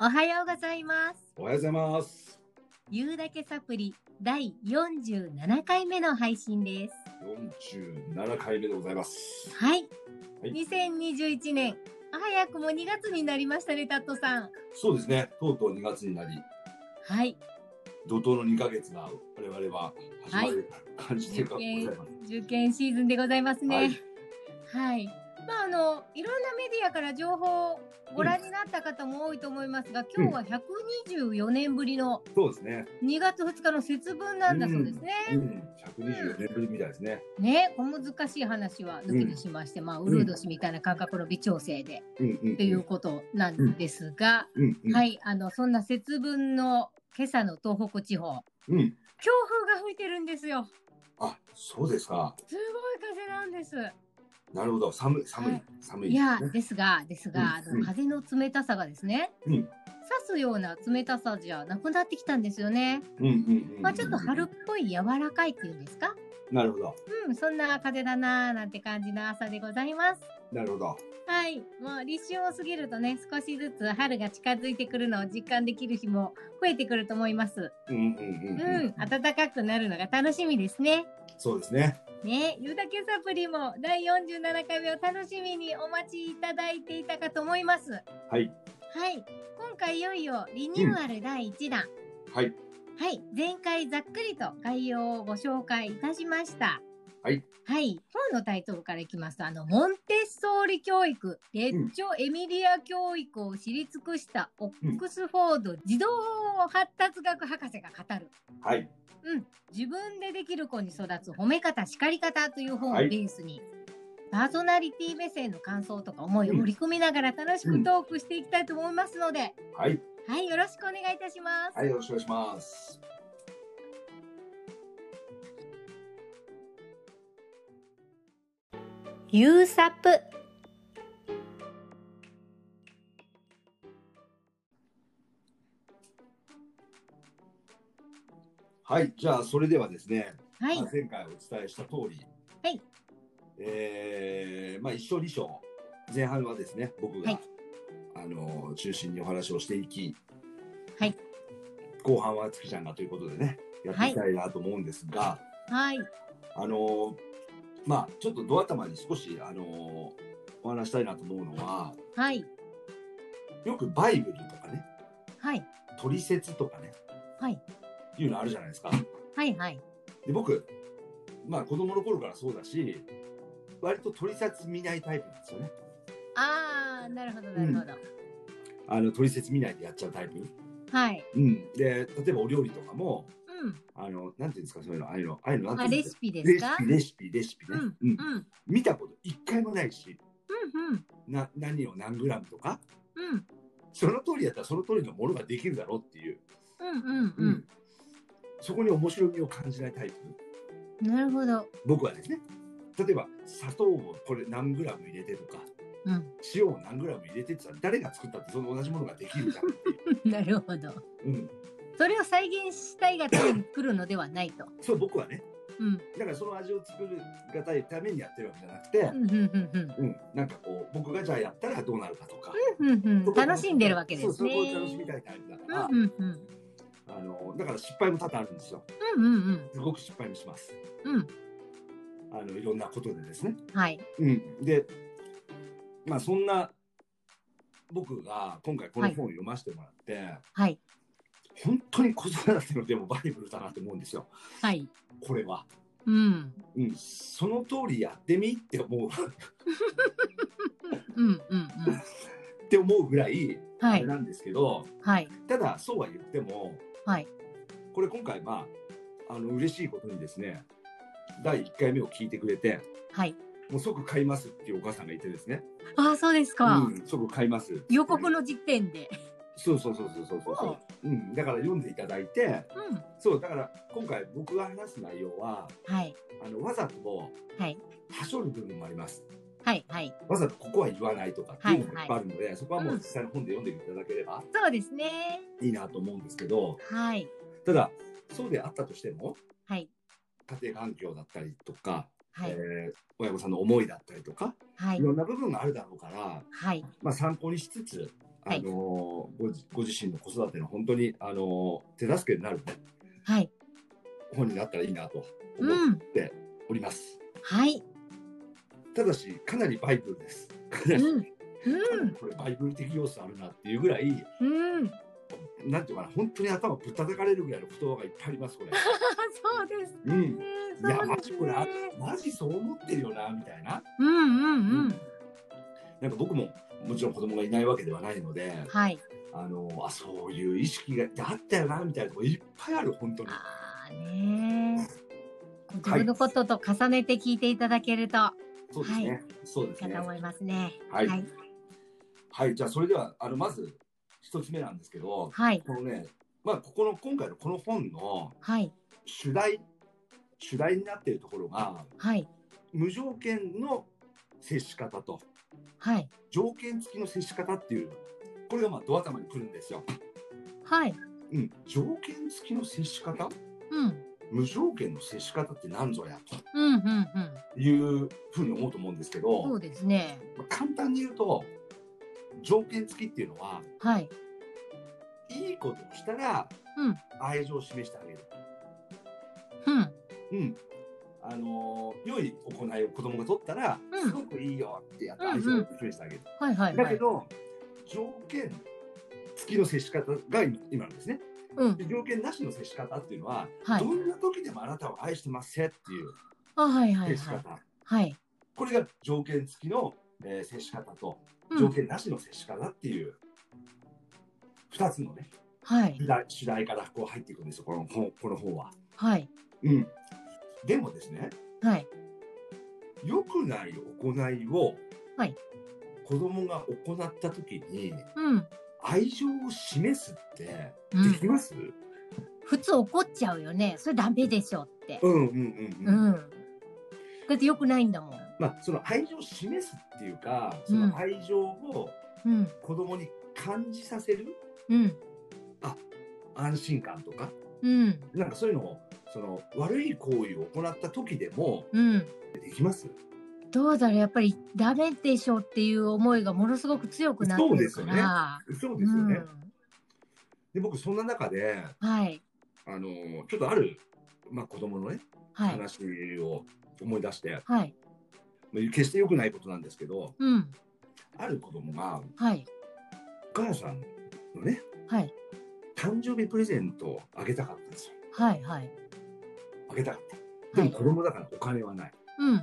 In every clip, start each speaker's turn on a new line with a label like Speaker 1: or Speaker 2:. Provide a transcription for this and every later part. Speaker 1: おはようございます。
Speaker 2: おはようございます。
Speaker 1: ゆうだけサプリ第47回目の配信です。
Speaker 2: 47回目でございます。
Speaker 1: はい。
Speaker 2: はい
Speaker 1: 2021年、早くも2月になりましたね、タットさん。
Speaker 2: そうですね。とうとう2月になり、
Speaker 1: はい。
Speaker 2: 怒涛の2ヶ月が我々は始まる感じでございます。
Speaker 1: 受験シーズンでございます
Speaker 2: はい
Speaker 1: ね。はい。まあ、あの、いろんなメディアから情報をご覧になった方も多いと思いますが、今日は124年ぶりの
Speaker 2: そうですね。
Speaker 1: 2月2日の節分なんだそうですね。
Speaker 2: うん、124年ぶりみたいですね。
Speaker 1: ね、小難しい話は抜きにしまして、まあ、うるう年みたいな感覚の微調整で
Speaker 2: うんうん、うん。
Speaker 1: っていうことなんですが、
Speaker 2: うんうん、。
Speaker 1: はいい、あの、そんな節分の今朝の東北地方、
Speaker 2: うん。
Speaker 1: 強風が吹いてるんですよ。
Speaker 2: あ、そうですか。
Speaker 1: すごい風なんです。
Speaker 2: なるほど。寒い、寒い、
Speaker 1: はい
Speaker 2: 寒い。
Speaker 1: いや、
Speaker 2: ね
Speaker 1: ですが、ですが、あ
Speaker 2: うん
Speaker 1: の風の冷たさがですね、
Speaker 2: うん
Speaker 1: 刺すような冷たさじゃなくなってきたんですよね。
Speaker 2: うんうんうん。
Speaker 1: まあ、ちょっと春っ。ぽい柔らかいっていうんですか。
Speaker 2: なるほど。
Speaker 1: うん、そんな風だなーなんて感じの朝でございます。
Speaker 2: なるほど。
Speaker 1: はい、もう立春を過ぎるとね、少しずつ春が近づいてくるのを実感できる日も増えてくると思います。
Speaker 2: うんうんうん、
Speaker 1: うん、暖かくなるのが楽しみですね。
Speaker 2: そうですね。
Speaker 1: ね、ゆうだけサプリも第47回目を楽しみにお待ちいただいていたかと思います。は
Speaker 2: はい。
Speaker 1: い、今回いよいよリニューアル第1弾。
Speaker 2: はい。
Speaker 1: はい、前回ざっくりと概要をご紹介いたしました。
Speaker 2: はい。
Speaker 1: はい、本のタイトルからいきますと、あの、モンテッソーリ教育、レッチョ・エミリア教育を知り尽くしたオックスフォード児童発達学博士が語る、
Speaker 2: はい。
Speaker 1: 自分でできる子に育つ褒め方、叱り方という本を
Speaker 2: は
Speaker 1: ベ
Speaker 2: い
Speaker 1: ースに、パーソナリティ目線の感想とか思いを織り込みながら楽しくトークしていきたいと思いますので、
Speaker 2: はい。
Speaker 1: はい、よろしくお願いいたします。
Speaker 2: はい。よろしくお願いします。
Speaker 1: ユーサプ。
Speaker 2: はい。じゃあ、それではですね。
Speaker 1: はい
Speaker 2: まあ、前回お伝えした通り、
Speaker 1: はい
Speaker 2: えーまあ、一勝二勝前半はですね僕が、
Speaker 1: はい
Speaker 2: あの中心にお話をしていき、
Speaker 1: はい
Speaker 2: 後半は月ちゃんがということでねやっていきたいなと思うんですが、
Speaker 1: はい。
Speaker 2: あのまあちょっとド頭に少しあのお話したいなと思うのは
Speaker 1: はい。
Speaker 2: よくバイブルとかね
Speaker 1: はい。
Speaker 2: 取説とかね
Speaker 1: はい。
Speaker 2: いうのあるじゃないですか。
Speaker 1: はい。はい。
Speaker 2: で僕まあ子供の頃からそうだし割と取説見ないタイプなんですよね。
Speaker 1: ああ、なるほど、なるほど。
Speaker 2: あの取説見ないでやっちゃうタイプ、
Speaker 1: はい。
Speaker 2: うん、で例えばお料理とかも
Speaker 1: うん。
Speaker 2: あのなんていうんですかそういうのああいうのああいうのな
Speaker 1: あ、
Speaker 2: んてい
Speaker 1: レ
Speaker 2: うんで
Speaker 1: シピで
Speaker 2: すか
Speaker 1: すか。
Speaker 2: レシピレシピレシピね、
Speaker 1: うん。
Speaker 2: う
Speaker 1: うんん。うん。
Speaker 2: 見たこと一回もないし
Speaker 1: うん。
Speaker 2: な何を何グラムとか
Speaker 1: うん。
Speaker 2: その通りやったらその通りのものができるだろうっていう、
Speaker 1: うん。うん。うん。
Speaker 2: そこに面白みを感じないタイプ
Speaker 1: なるほど。
Speaker 2: 僕はですね例えば砂糖をこれ何グラム入れてとか
Speaker 1: うん。
Speaker 2: 塩を何グラム入れてって言ったら誰が作ったってその同じものができ るじゃんっていう、
Speaker 1: なるほど。
Speaker 2: うん、
Speaker 1: それを再現したいがために来るのではないと。
Speaker 2: そう僕はね
Speaker 1: うん。
Speaker 2: だからその味を作るがたいためにやってるわけじゃなくて、
Speaker 1: うん。うん。うん。
Speaker 2: うん、なんかこう僕がじゃあやったらどうなるかとか、
Speaker 1: うん。うん。
Speaker 2: そこ
Speaker 1: 楽しんでるわけで
Speaker 2: そ
Speaker 1: す
Speaker 2: う
Speaker 1: ね。
Speaker 2: そこを楽しみ
Speaker 1: う
Speaker 2: たいタイプだから、
Speaker 1: ん。うん。うん。
Speaker 2: あのだから失敗も多々あるんですよ
Speaker 1: うん。うん。
Speaker 2: すごく失敗もします
Speaker 1: うん。
Speaker 2: あのいろんなことでですね、
Speaker 1: はい。
Speaker 2: うん、でまあそんな僕が今回この本を読ませてもらって、
Speaker 1: はい。
Speaker 2: 本当に子育てのでもバイブルだなと思うんですよ
Speaker 1: はい。
Speaker 2: これは、
Speaker 1: うん。
Speaker 2: うん、その通りやってみって思う
Speaker 1: うん。うん。うん。
Speaker 2: って思うぐらいあ
Speaker 1: は
Speaker 2: れ
Speaker 1: い。
Speaker 2: なんですけど、
Speaker 1: はい。
Speaker 2: ただそうは言っても
Speaker 1: はい。
Speaker 2: これ今回まああの嬉しいことにですね第1回目を聞いてくれて
Speaker 1: はい。
Speaker 2: もう即買いますっていうお母さんがいてですね、
Speaker 1: ああ、そうですか。
Speaker 2: うん、即買います
Speaker 1: 予告の時点で。
Speaker 2: そうそうそうそうそうそうそう、うん、だから読んでいただいて
Speaker 1: うん。
Speaker 2: そうだから今回僕が話す内容は
Speaker 1: はい。
Speaker 2: あのわざとも
Speaker 1: はい。
Speaker 2: はしょる部分もあります
Speaker 1: はい。はい。
Speaker 2: わざとここは言わないとかっていうのも
Speaker 1: はいい
Speaker 2: っぱいあるので、そこはもう
Speaker 1: うん
Speaker 2: 実際の本で読んでいただければ
Speaker 1: そうですね。
Speaker 2: いいなと思うんですけど
Speaker 1: はい。
Speaker 2: ただそうであったとしても
Speaker 1: はい。
Speaker 2: 家庭環境だったりとか、
Speaker 1: はい。
Speaker 2: えー親御さんの思いだったりとか
Speaker 1: はい
Speaker 2: い。ろんな部分があるだろうから、
Speaker 1: はい。
Speaker 2: まあ、参考にしつつあのーごじご自身の子育ての本当に、あのー手助けになる
Speaker 1: はい。
Speaker 2: 本になったらいいなと思っ
Speaker 1: うん。
Speaker 2: ております。
Speaker 1: はい。
Speaker 2: ただし、かなりバイブルです。かな
Speaker 1: う
Speaker 2: り
Speaker 1: ん。うん。
Speaker 2: これバイブル的要素あるなっていうぐらい、
Speaker 1: うん。
Speaker 2: なんていうかな、本当に頭ぶったたかれるぐらいの言葉がいっぱいあります、こ れ。
Speaker 1: あ、そうですね。
Speaker 2: うんいや、
Speaker 1: そう
Speaker 2: マ
Speaker 1: です
Speaker 2: ジ
Speaker 1: ね
Speaker 2: これ、あマジそう思ってるよな、みたいな。
Speaker 1: うんうんうん。
Speaker 2: なんか僕も、もちろん子供がいないわけではないので、
Speaker 1: はい。
Speaker 2: あのあそういう意識があったよなみたいなとこいっぱいある本当に
Speaker 1: ああねー。自分のことと重ねて聞いていただけると、
Speaker 2: そうですね、
Speaker 1: は
Speaker 2: そうで
Speaker 1: いい
Speaker 2: す
Speaker 1: か
Speaker 2: ね
Speaker 1: と思いますね。
Speaker 2: はい
Speaker 1: はい。
Speaker 2: はいじゃあそれではあのまず一つ目なんですけど
Speaker 1: はい。
Speaker 2: このねまあここの今回のこの本の
Speaker 1: はい。
Speaker 2: 主題主題になっているところが
Speaker 1: はい。
Speaker 2: 無条件の接し方と
Speaker 1: はい。
Speaker 2: 条件付きの接し方っていうこれがまあド頭に来るんですよ。
Speaker 1: はい。
Speaker 2: うん、条件付きの接し方
Speaker 1: うん。
Speaker 2: 無条件の接し方って何ぞや
Speaker 1: うんうんうん。
Speaker 2: というふうに思うと思うんですけど、
Speaker 1: そうですね。
Speaker 2: まあ簡単に言うと条件付きっていうのは
Speaker 1: はい。
Speaker 2: いいことをしたら
Speaker 1: うん。
Speaker 2: 愛情を示してあげる、
Speaker 1: うん。
Speaker 2: うんあのー良い行いを子供が取ったら、
Speaker 1: うん
Speaker 2: すごくいいよってやって
Speaker 1: うんうん
Speaker 2: 愛情を示してあげる、
Speaker 1: はいはい
Speaker 2: だ
Speaker 1: は
Speaker 2: け
Speaker 1: い。
Speaker 2: ど、条件付きの接し方が今今のですね
Speaker 1: うん。
Speaker 2: で条件なしの接し方っていうのは、
Speaker 1: はい
Speaker 2: ど。んな時でもあなたを愛してますっていう
Speaker 1: あ、はいはい
Speaker 2: 接し方、
Speaker 1: はい。はい。
Speaker 2: これが条件付きの、えー接し方と
Speaker 1: う
Speaker 2: 条
Speaker 1: ん。
Speaker 2: 件なしの接し方っていう2つのね
Speaker 1: はい
Speaker 2: 主。題主題からこう入っていくんですよ、この本この本は。
Speaker 1: はい。
Speaker 2: うん、でもですね、
Speaker 1: はい。
Speaker 2: 良くない行いを
Speaker 1: はい
Speaker 2: 子供が行った時に
Speaker 1: うん。
Speaker 2: 愛情を示すって
Speaker 1: う
Speaker 2: でき
Speaker 1: ん。
Speaker 2: ます、
Speaker 1: 普通怒っちゃうよね。それダメでしょって。
Speaker 2: うん、うんうんうん
Speaker 1: うん。だって良くないんだもん。
Speaker 2: まあ、その愛情を示すっていうか、その愛情を
Speaker 1: うん。
Speaker 2: 子供に感じさせる
Speaker 1: うん。
Speaker 2: 安心感とか、
Speaker 1: うん。
Speaker 2: なんかそういうのを、その悪い行為を行った時でも
Speaker 1: うん。
Speaker 2: できます
Speaker 1: どうだろうやっぱりダメでしょっていう思いがものすごく強くなってるから。
Speaker 2: そう
Speaker 1: う
Speaker 2: ですよね。
Speaker 1: ん
Speaker 2: で、僕そんな中で、
Speaker 1: はい。
Speaker 2: あのちょっとある、まあ、子供のね、
Speaker 1: はい。
Speaker 2: 話を思い出して、
Speaker 1: はい。
Speaker 2: まあ決して良くないことなんですけど、
Speaker 1: うん。
Speaker 2: ある子供が、
Speaker 1: はい。
Speaker 2: お母さんのね、
Speaker 1: はい。
Speaker 2: 誕生日プレゼントをあげたかったんですよ。
Speaker 1: はい。はい。
Speaker 2: あげたかった。で
Speaker 1: は
Speaker 2: も
Speaker 1: い
Speaker 2: 子。供だからお金はない。
Speaker 1: うん。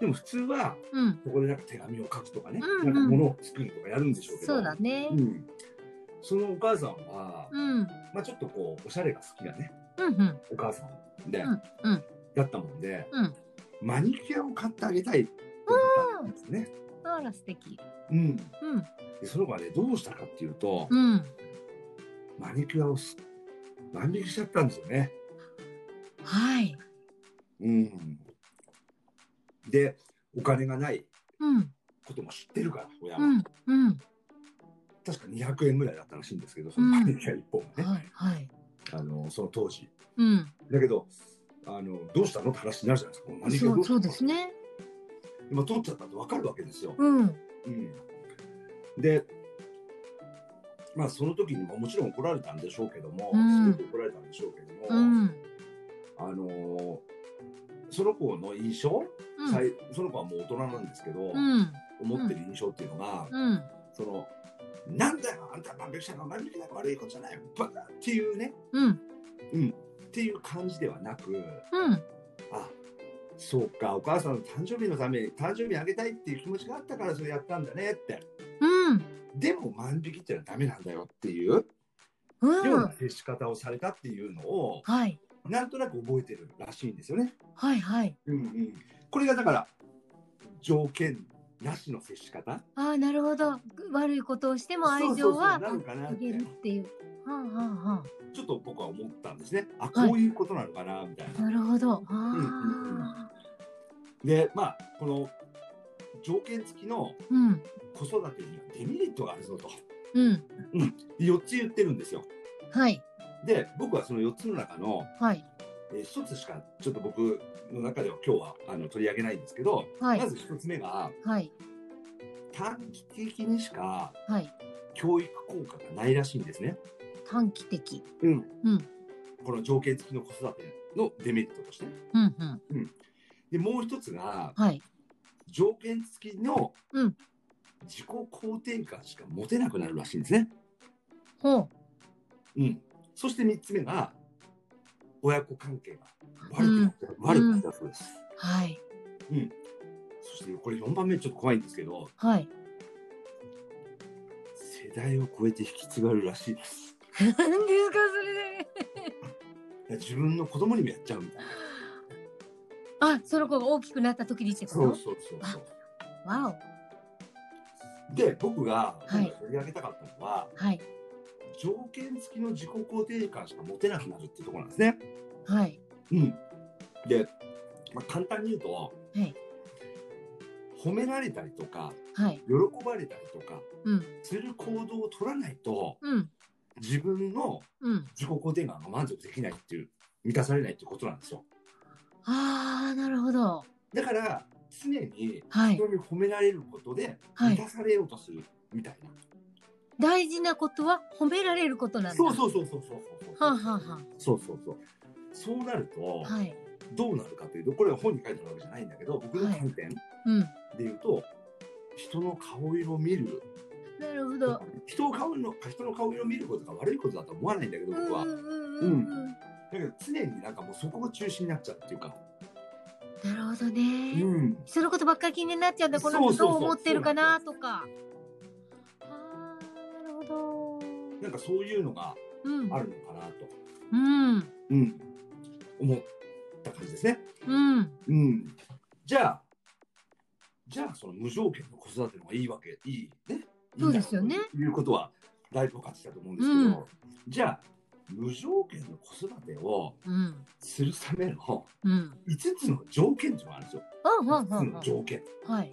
Speaker 2: でも普通は、
Speaker 1: うん。
Speaker 2: そこでなんか手紙を書くとかね、
Speaker 1: うんうん
Speaker 2: なんか物を作るとかやるんでしょうけど。
Speaker 1: そうだね
Speaker 2: う。ん。そのお母さんは、
Speaker 1: うん。
Speaker 2: まあちょっとこう、おしゃれが好きなね、
Speaker 1: うん。うん。
Speaker 2: お母さんで、
Speaker 1: うんうん
Speaker 2: だったもんで、
Speaker 1: うん
Speaker 2: マニキュアを買ってあげたいって思ったんですね。
Speaker 1: あら、素敵。
Speaker 2: うん。
Speaker 1: うん。
Speaker 2: でその子はねどうしたかっていうと、
Speaker 1: うん。
Speaker 2: マニキュアをす万引きしちゃったんですよね。
Speaker 1: はい。
Speaker 2: うん、でお金がない
Speaker 1: うん。
Speaker 2: ことも知ってるから親は、
Speaker 1: うん。うん。
Speaker 2: 確か200円ぐらいだったらしいんですけどそのマニキュア1本がね、
Speaker 1: はい。はい。
Speaker 2: あのその当時
Speaker 1: うん。
Speaker 2: だけどあのどうしたのって話になるじゃないですかこのマニキュ
Speaker 1: そ
Speaker 2: アど
Speaker 1: う、
Speaker 2: うした
Speaker 1: そ
Speaker 2: の
Speaker 1: うですね。
Speaker 2: 今取っちゃったって分かるわけですよ。
Speaker 1: うん。
Speaker 2: うん、でまあその時にももちろん怒られたんでしょうけども、
Speaker 1: うん
Speaker 2: すごく怒られたんでしょうけども、
Speaker 1: うん。
Speaker 2: あのーその子の印象、
Speaker 1: う
Speaker 2: さ
Speaker 1: ん。
Speaker 2: いその子はもう大人なんですけど、
Speaker 1: うん。
Speaker 2: 思ってる印象っていうのが、
Speaker 1: うん。
Speaker 2: そのなんだよあんた万引きしたの万引きなんか悪いことじゃないバカっていうね、
Speaker 1: うん。
Speaker 2: うん、っていう感じではなく
Speaker 1: うん。
Speaker 2: あそうかお母さんの誕生日のために誕生日あげたいっていう気持ちがあったからそれやったんだねって
Speaker 1: うん。
Speaker 2: でも万引きってのはダメなんだよっていうよ
Speaker 1: う
Speaker 2: うんな。接し方をされたっていうのを
Speaker 1: はい。
Speaker 2: なんとなく覚えてるらしいんですよね。
Speaker 1: はい。はい。
Speaker 2: うんうん、これがだから条件なしの接し方
Speaker 1: ああ、なるほど。悪いことをしても愛情は
Speaker 2: そうそうそうなるかな
Speaker 1: あ
Speaker 2: っ
Speaker 1: げ
Speaker 2: て
Speaker 1: るっていう。はあ、はあ、は
Speaker 2: ちょっと僕は思ったんですねあ
Speaker 1: はい
Speaker 2: こういうことなのかなみたい
Speaker 1: あ。な
Speaker 2: な。
Speaker 1: るほど。
Speaker 2: うんうん
Speaker 1: ああ。
Speaker 2: でまあこの条件付きの
Speaker 1: うん。
Speaker 2: 子育てにはデメリットがあるぞと
Speaker 1: うん。
Speaker 2: 4つ言ってるんですよ。
Speaker 1: はい。
Speaker 2: で僕はその4つの中の、
Speaker 1: はい。
Speaker 2: えー、1つしかちょっと僕の中では今日はあの取り上げないんですけど、
Speaker 1: はい
Speaker 2: まず1つ目が
Speaker 1: はい。
Speaker 2: 短期的にしか
Speaker 1: はい。
Speaker 2: 教育効果がないらしいんですね。
Speaker 1: 短期的。
Speaker 2: うん。
Speaker 1: うん。
Speaker 2: この条件付きの子育てのデメリットとしてね。
Speaker 1: うんうん。
Speaker 2: で、もう一つが、
Speaker 1: はい。
Speaker 2: 条件付きの
Speaker 1: うん
Speaker 2: 自己肯定感しか持てなくなるらしいんですね。
Speaker 1: ほ
Speaker 2: うん。そして三つ目が、親子関係が悪くなった、悪くなったそうです。
Speaker 1: う。はい。
Speaker 2: そしてこれ4番目ちょっと怖いんですけど、
Speaker 1: はい。
Speaker 2: 世代を超えて引き継がれるらしいです。
Speaker 1: 何ですか、それで。
Speaker 2: いや自分の子供にもやっちゃうみたいな。
Speaker 1: あ、その子が大きくなった時にってこ
Speaker 2: そう
Speaker 1: と
Speaker 2: そうそうそう。
Speaker 1: わ
Speaker 2: で僕が
Speaker 1: はい
Speaker 2: 今回取り上げたかったのは、
Speaker 1: お。はい。
Speaker 2: 条件付きの自己肯定感しか持てなくなるっていうところなんですね。
Speaker 1: はい。
Speaker 2: うん、で、まあ、簡単に言うと
Speaker 1: はい。
Speaker 2: 褒められたりとか
Speaker 1: はい。
Speaker 2: 喜ばれたりとか
Speaker 1: うん。
Speaker 2: する行動を取らないと
Speaker 1: うん。
Speaker 2: 自分の
Speaker 1: うん。
Speaker 2: 自己肯定感が満足できないっていう満たされないっていうことなんですよ。
Speaker 1: ああ、なるほど。
Speaker 2: だから常に
Speaker 1: はい
Speaker 2: 人。に褒められることで
Speaker 1: は
Speaker 2: 満
Speaker 1: い。
Speaker 2: たされようとするみたいな。
Speaker 1: 大事なことは褒められることなんだ。
Speaker 2: そうそうそうそうそうそう。
Speaker 1: はあ、はあは
Speaker 2: そうそうそう。そうなると、
Speaker 1: あ、はい。
Speaker 2: どうなるかというとこれは本に書いてあるわけじゃないんだけど僕の観点で
Speaker 1: うん。
Speaker 2: 言うと、人の顔色を見る
Speaker 1: なるほど。
Speaker 2: 人の顔色人の顔色を見ることが悪いことだとは思わないんだけど
Speaker 1: うん
Speaker 2: 僕は、
Speaker 1: うんうんうんうん。
Speaker 2: だけど常になんかもうそこが中心になっちゃうっていうか、
Speaker 1: なるほど
Speaker 2: う
Speaker 1: ね。
Speaker 2: ん、
Speaker 1: 人のことばっかり気になっちゃうんだ。この
Speaker 2: そう
Speaker 1: 人
Speaker 2: そう
Speaker 1: ど
Speaker 2: そうう
Speaker 1: 思ってるかなとか。ああ、なるほ
Speaker 2: な
Speaker 1: ど。
Speaker 2: んかそういうのが
Speaker 1: うん。
Speaker 2: あるのかなと、
Speaker 1: うん。
Speaker 2: うん、思った感じですね、
Speaker 1: うん。
Speaker 2: うん、じゃあじゃあその無条件の子育ての方がいいわけいいねいいんだ
Speaker 1: そうですよね
Speaker 2: ということはだいぶ分かってきたと思うんですけど、じゃあ無条件の子育てを
Speaker 1: うん。
Speaker 2: するための
Speaker 1: うん。
Speaker 2: 5つの条件っていうのがあるんですよ。
Speaker 1: うん。うん。う
Speaker 2: 5つ
Speaker 1: ん。
Speaker 2: の条件。
Speaker 1: うん。はい。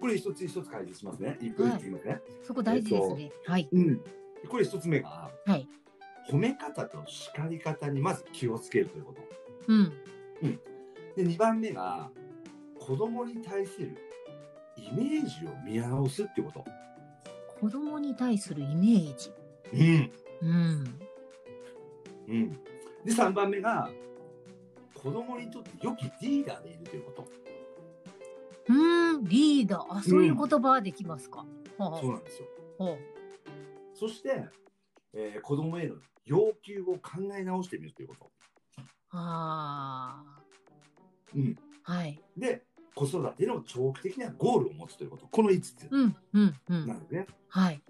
Speaker 2: これ一つ一つ解説しますね。一個ずつ言いますね。
Speaker 1: そこ大事ですね。はい。
Speaker 2: うん。これ一つ目が、
Speaker 1: はい
Speaker 2: 褒め方と叱り方にまず気をつけるということ。
Speaker 1: うん。
Speaker 2: で、2番目が、子供に対するイメージを見直すっていうこと。
Speaker 1: 子供に対するイメージ。
Speaker 2: うん。
Speaker 1: うん。
Speaker 2: うん。で、3番目が、子供にとって良きリーダーでいるということ。
Speaker 1: うん、リーダー、あ、そういう言葉はできますか。は
Speaker 2: そうなんですよ。
Speaker 1: あ、は
Speaker 2: そして、えー子供への要求を考え直してみるということ。
Speaker 1: あ、
Speaker 2: うん。
Speaker 1: あー、はい、
Speaker 2: で子育ての長期的なゴールを持つということこの5つ
Speaker 1: うん、うん、う
Speaker 2: なん
Speaker 1: ん、
Speaker 2: ですね。
Speaker 1: はい、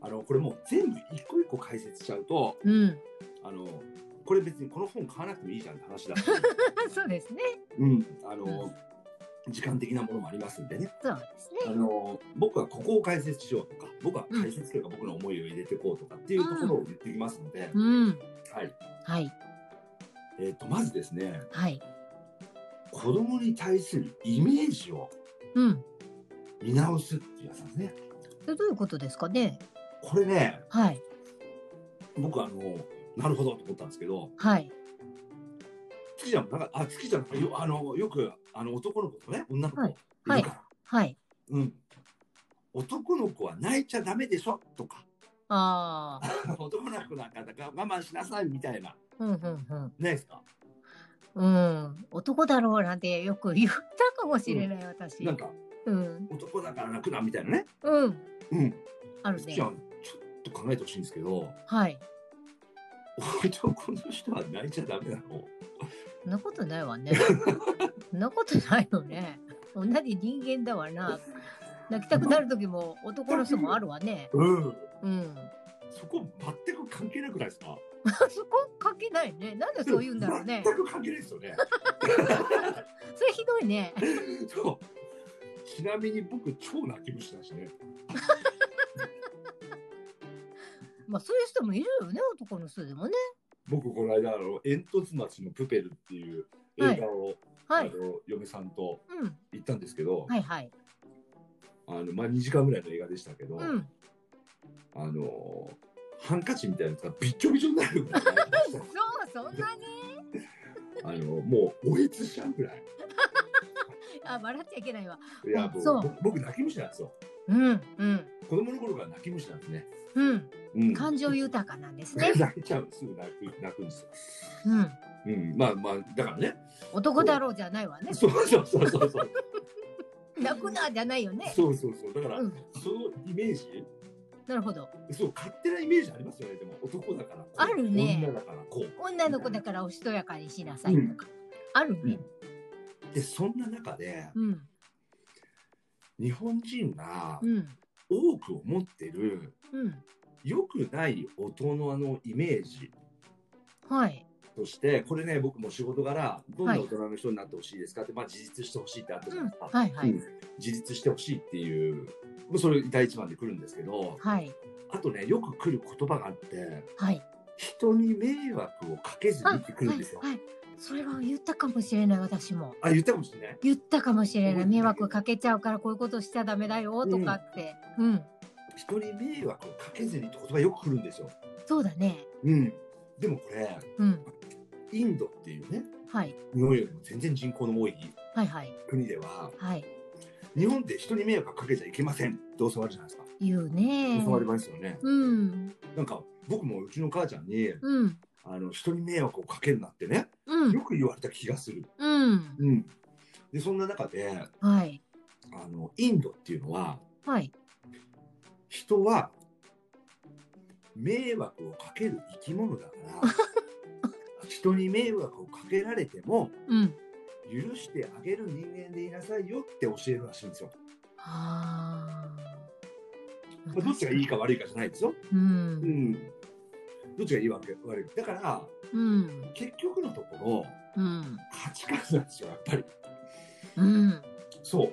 Speaker 2: あのこれもう全部一個一個解説しちゃうと
Speaker 1: うん、
Speaker 2: あのこれ別にこの本買わなくてもいいじゃんって 話だし、
Speaker 1: そうですね。
Speaker 2: うん、あ
Speaker 1: う
Speaker 2: の時間的なものもありますんでね
Speaker 1: そうです
Speaker 2: あ
Speaker 1: ね。
Speaker 2: の僕はここを解説しようとか僕は解説というか僕の思いを入れていこうとかっていうところを言ってきますので、
Speaker 1: うん、
Speaker 2: はい
Speaker 1: はい、
Speaker 2: えー、とまずですね
Speaker 1: はい、
Speaker 2: 子供に対するイメージを
Speaker 1: うん、
Speaker 2: 見直すっていうやつなんですね。
Speaker 1: それどういうことですかね。
Speaker 2: これね
Speaker 1: はい、
Speaker 2: 僕はあのなるほどと思ったんですけど、
Speaker 1: はい、
Speaker 2: 月じゃん、なんか、あ、月じゃん、よ、あの、よく、あの、男の子とね、女の子。
Speaker 1: はい
Speaker 2: いるから
Speaker 1: はい、
Speaker 2: うん。男の子は泣いちゃダメでしょとか、
Speaker 1: ああ、
Speaker 2: 男の子なんかだから我慢しなさいみたいな、
Speaker 1: うん、うん、
Speaker 2: ないですか。
Speaker 1: うん、うん、男だろうなんてよく言ったかもしれない、私。
Speaker 2: なんか、
Speaker 1: うん、
Speaker 2: 男だから泣くなみたいなね。
Speaker 1: うん、
Speaker 2: うん。
Speaker 1: ある
Speaker 2: 月
Speaker 1: ね
Speaker 2: ちゃ。ん、ちょっと考えてほしいんですけど、
Speaker 1: はい、
Speaker 2: 男の人は泣いちゃダメなの。
Speaker 1: そんなことないわ ね。そんなことないよね。同じ人間だわな。泣きたくなる時も男の人もあるわね。
Speaker 2: うん。
Speaker 1: うん。
Speaker 2: そこ全く関係なくないですか。
Speaker 1: そこ関係ないね。なんでそう言うんだろうね。
Speaker 2: 全く関係ないですよね。
Speaker 1: それひどいね。
Speaker 2: そう。ちなみに僕超泣き虫だしね。
Speaker 1: まあそういう人もいるよね、男の人でもね。
Speaker 2: 僕この間あの「煙突町のプペル」っていう映画を、
Speaker 1: はい
Speaker 2: あ。の嫁さんと
Speaker 1: うん。
Speaker 2: 行ったんですけど、
Speaker 1: はいはい。
Speaker 2: あのまあ、2時間ぐらいの映画でしたけど、
Speaker 1: うん。
Speaker 2: あのハンカチみたいなやつがびっちょびちょになるぐらい
Speaker 1: そう、そんなに。
Speaker 2: あのもうおえつしちゃうぐらい
Speaker 1: あ、笑っちゃいけないわ。
Speaker 2: いや、僕
Speaker 1: そう
Speaker 2: 僕泣き虫なんですよ。
Speaker 1: うん、うん、
Speaker 2: 子供の頃から泣き虫なんですね。
Speaker 1: うん、
Speaker 2: うん。
Speaker 1: 感情豊かなんですね。
Speaker 2: 泣いちゃう、すぐ泣く、泣くんですよ。
Speaker 1: うん、
Speaker 2: うん、まあまあ、だからね。
Speaker 1: 男だろうじゃないわね。
Speaker 2: そうそうそうそ うそう。
Speaker 1: 泣くなじゃないよね。
Speaker 2: そうそうそう、だから、
Speaker 1: うん、
Speaker 2: そのイメージ。
Speaker 1: なるほど。
Speaker 2: そう、勝手なイメージありますよね。でも、男だからこう。
Speaker 1: あるね
Speaker 2: 女だから、こう。
Speaker 1: 女の子だからおしとやかにしなさいとか。あるね。
Speaker 2: で、そんな中で、
Speaker 1: うん、
Speaker 2: 日本人が
Speaker 1: うん、
Speaker 2: 多く思ってる。
Speaker 1: うん、
Speaker 2: 良くない大人のイメージ。
Speaker 1: はい。
Speaker 2: として、これね、僕も仕事柄、どんな大人の人になってほしいですかって、まあ、自立してほしいってあったじゃ
Speaker 1: う
Speaker 2: ない
Speaker 1: ん
Speaker 2: ですか。、
Speaker 1: はい、は
Speaker 2: う
Speaker 1: い
Speaker 2: ん、自立してほしいっていう、まあそれ第一番で来るんですけど、
Speaker 1: はい、
Speaker 2: あとね、よく来る言葉があって、
Speaker 1: はい。
Speaker 2: 人に迷惑をかけずにって来るんですよ。
Speaker 1: はい、はい。それは言ったかもしれない、私も。
Speaker 2: あ、言ったかもしれない。
Speaker 1: 言ったかもしれな
Speaker 2: 覚え
Speaker 1: い。
Speaker 2: てない
Speaker 1: 迷惑かけちゃうから、こういうことしちゃダメだよとかって。うん、
Speaker 2: 人に迷惑をかけずにって言葉よく来るんですよ。
Speaker 1: そうだね。
Speaker 2: うん。でもこれ、
Speaker 1: うん、
Speaker 2: インドっていうね、
Speaker 1: はい、
Speaker 2: 日本よりも全然人口の多い
Speaker 1: はい、はい、
Speaker 2: 国では、
Speaker 1: はい。
Speaker 2: 日本で人に迷惑かけちゃいけませんって教わるじゃないですか。
Speaker 1: 言うね。
Speaker 2: 教わりますよね。
Speaker 1: うん、
Speaker 2: なんか、僕もうちの母ちゃんに、
Speaker 1: うん、
Speaker 2: あの、人に迷惑をかけるなってね、
Speaker 1: う
Speaker 2: よ
Speaker 1: ん、
Speaker 2: く言われた気がする。
Speaker 1: うん、
Speaker 2: うん。で、そんな中で、
Speaker 1: はい、
Speaker 2: あの、インドっていうのは、
Speaker 1: はい、
Speaker 2: 人は迷惑をかける生き物だから 人に迷惑をかけられても
Speaker 1: うん。
Speaker 2: 許してあげる人間でいなさいよって教えるらしいんですよ。
Speaker 1: あ
Speaker 2: ま
Speaker 1: あ。
Speaker 2: あ、どっちがいいか悪いかじゃないですよ。
Speaker 1: う、
Speaker 2: うんん、どっちがいいわけ悪いだから
Speaker 1: うん、
Speaker 2: 結局のとこ
Speaker 1: う
Speaker 2: ろ
Speaker 1: ん、
Speaker 2: 価値観なんですよやっぱり。
Speaker 1: うん、
Speaker 2: そう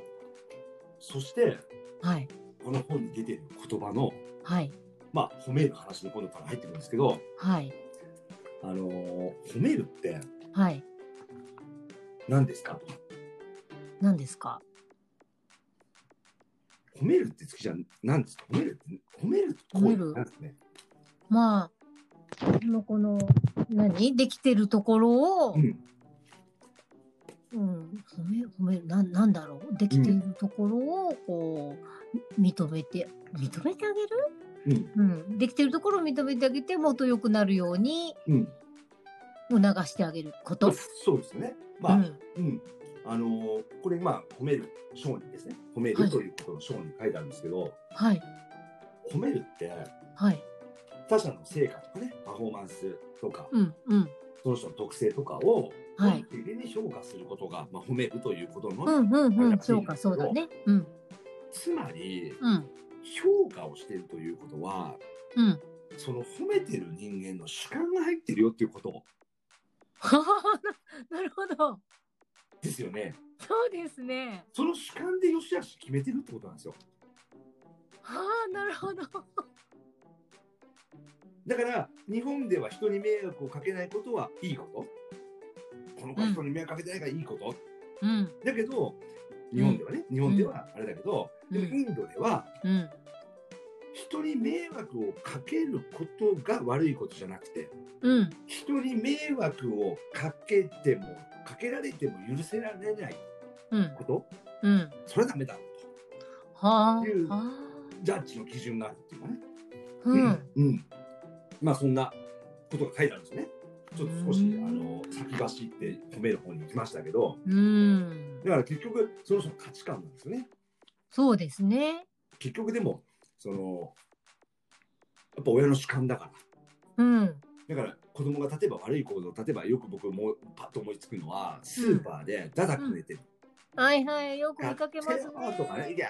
Speaker 2: そして
Speaker 1: はい、
Speaker 2: この本に出てる言葉の
Speaker 1: はい、
Speaker 2: まあ褒める話に今度から入ってくるんですけど、
Speaker 1: はい、
Speaker 2: あのー褒めるって
Speaker 1: はい。
Speaker 2: 何ですかとか
Speaker 1: 何ですか
Speaker 2: 褒めるって好きじゃん、なんですか褒めるって、褒めるって
Speaker 1: 褒める
Speaker 2: なんですね。
Speaker 1: まあ、この、この、何できてるところを、
Speaker 2: うん。
Speaker 1: うん、褒め褒めなんなんだろうできているところをこう認めて認めてあげる、
Speaker 2: うん。
Speaker 1: うん、できてるところを認めてあげてもっと良くなるように
Speaker 2: うん。
Speaker 1: 促してあげるこ
Speaker 2: まあ
Speaker 1: と。
Speaker 2: そうですね。まあ、
Speaker 1: う
Speaker 2: うん。
Speaker 1: ん
Speaker 2: あのーこれ、まあ、褒める、商人ですね。褒め
Speaker 1: は
Speaker 2: る
Speaker 1: い
Speaker 2: ということの商人に書いてあるんですけど、
Speaker 1: はい
Speaker 2: 褒めるって、
Speaker 1: はい
Speaker 2: 他者の成果とかね、パフォーマンスとか、
Speaker 1: うんうん
Speaker 2: その人の特性とかを、
Speaker 1: はい
Speaker 2: 的に評価することが、まあ、褒めるということの、
Speaker 1: うんうんう
Speaker 2: なん
Speaker 1: ん
Speaker 2: か
Speaker 1: そうかそうだねうん
Speaker 2: つまり、
Speaker 1: うん
Speaker 2: 評価をしているということは、
Speaker 1: うん
Speaker 2: その褒めてる人間の主観が入ってるよっていうこと
Speaker 1: はははななるほど
Speaker 2: ですよね。
Speaker 1: そうですね
Speaker 2: その主観で良し悪し決めてるってことなんですよ。
Speaker 1: はあなるほど
Speaker 2: だから日本では人に迷惑をかけないことはいいことこの子は人に迷惑かけてないからいいこと、
Speaker 1: うん
Speaker 2: だけど日本ではね、日本ではあれだけど、
Speaker 1: うん
Speaker 2: でもインドでは
Speaker 1: うん
Speaker 2: 人に迷惑をかけることが悪いことじゃなくて
Speaker 1: うん
Speaker 2: 人に迷惑をかけてもかけられても許せられない
Speaker 1: うん
Speaker 2: こと
Speaker 1: うん
Speaker 2: それはダメだと
Speaker 1: はあ
Speaker 2: いう
Speaker 1: は
Speaker 2: ジャッジの基準があるっていうかね、
Speaker 1: あうん
Speaker 2: うんまあそんなことが書いてあるんですよね。ちょっと少し
Speaker 1: う
Speaker 2: あ
Speaker 1: ん
Speaker 2: の先走って褒める方に行きましたけど、
Speaker 1: うん
Speaker 2: だから結局その人の価値観なんですよね。
Speaker 1: そうですね
Speaker 2: 結局でもそのやっぱ親の主観だか
Speaker 1: うん
Speaker 2: ら。だから子供が例えば悪い行動例えばよく僕もパッと思いつくのはスーパーでダダこねてる、
Speaker 1: はいはい、よく
Speaker 2: や
Speaker 1: 見
Speaker 2: って
Speaker 1: かけますね
Speaker 2: よ。とかね「いや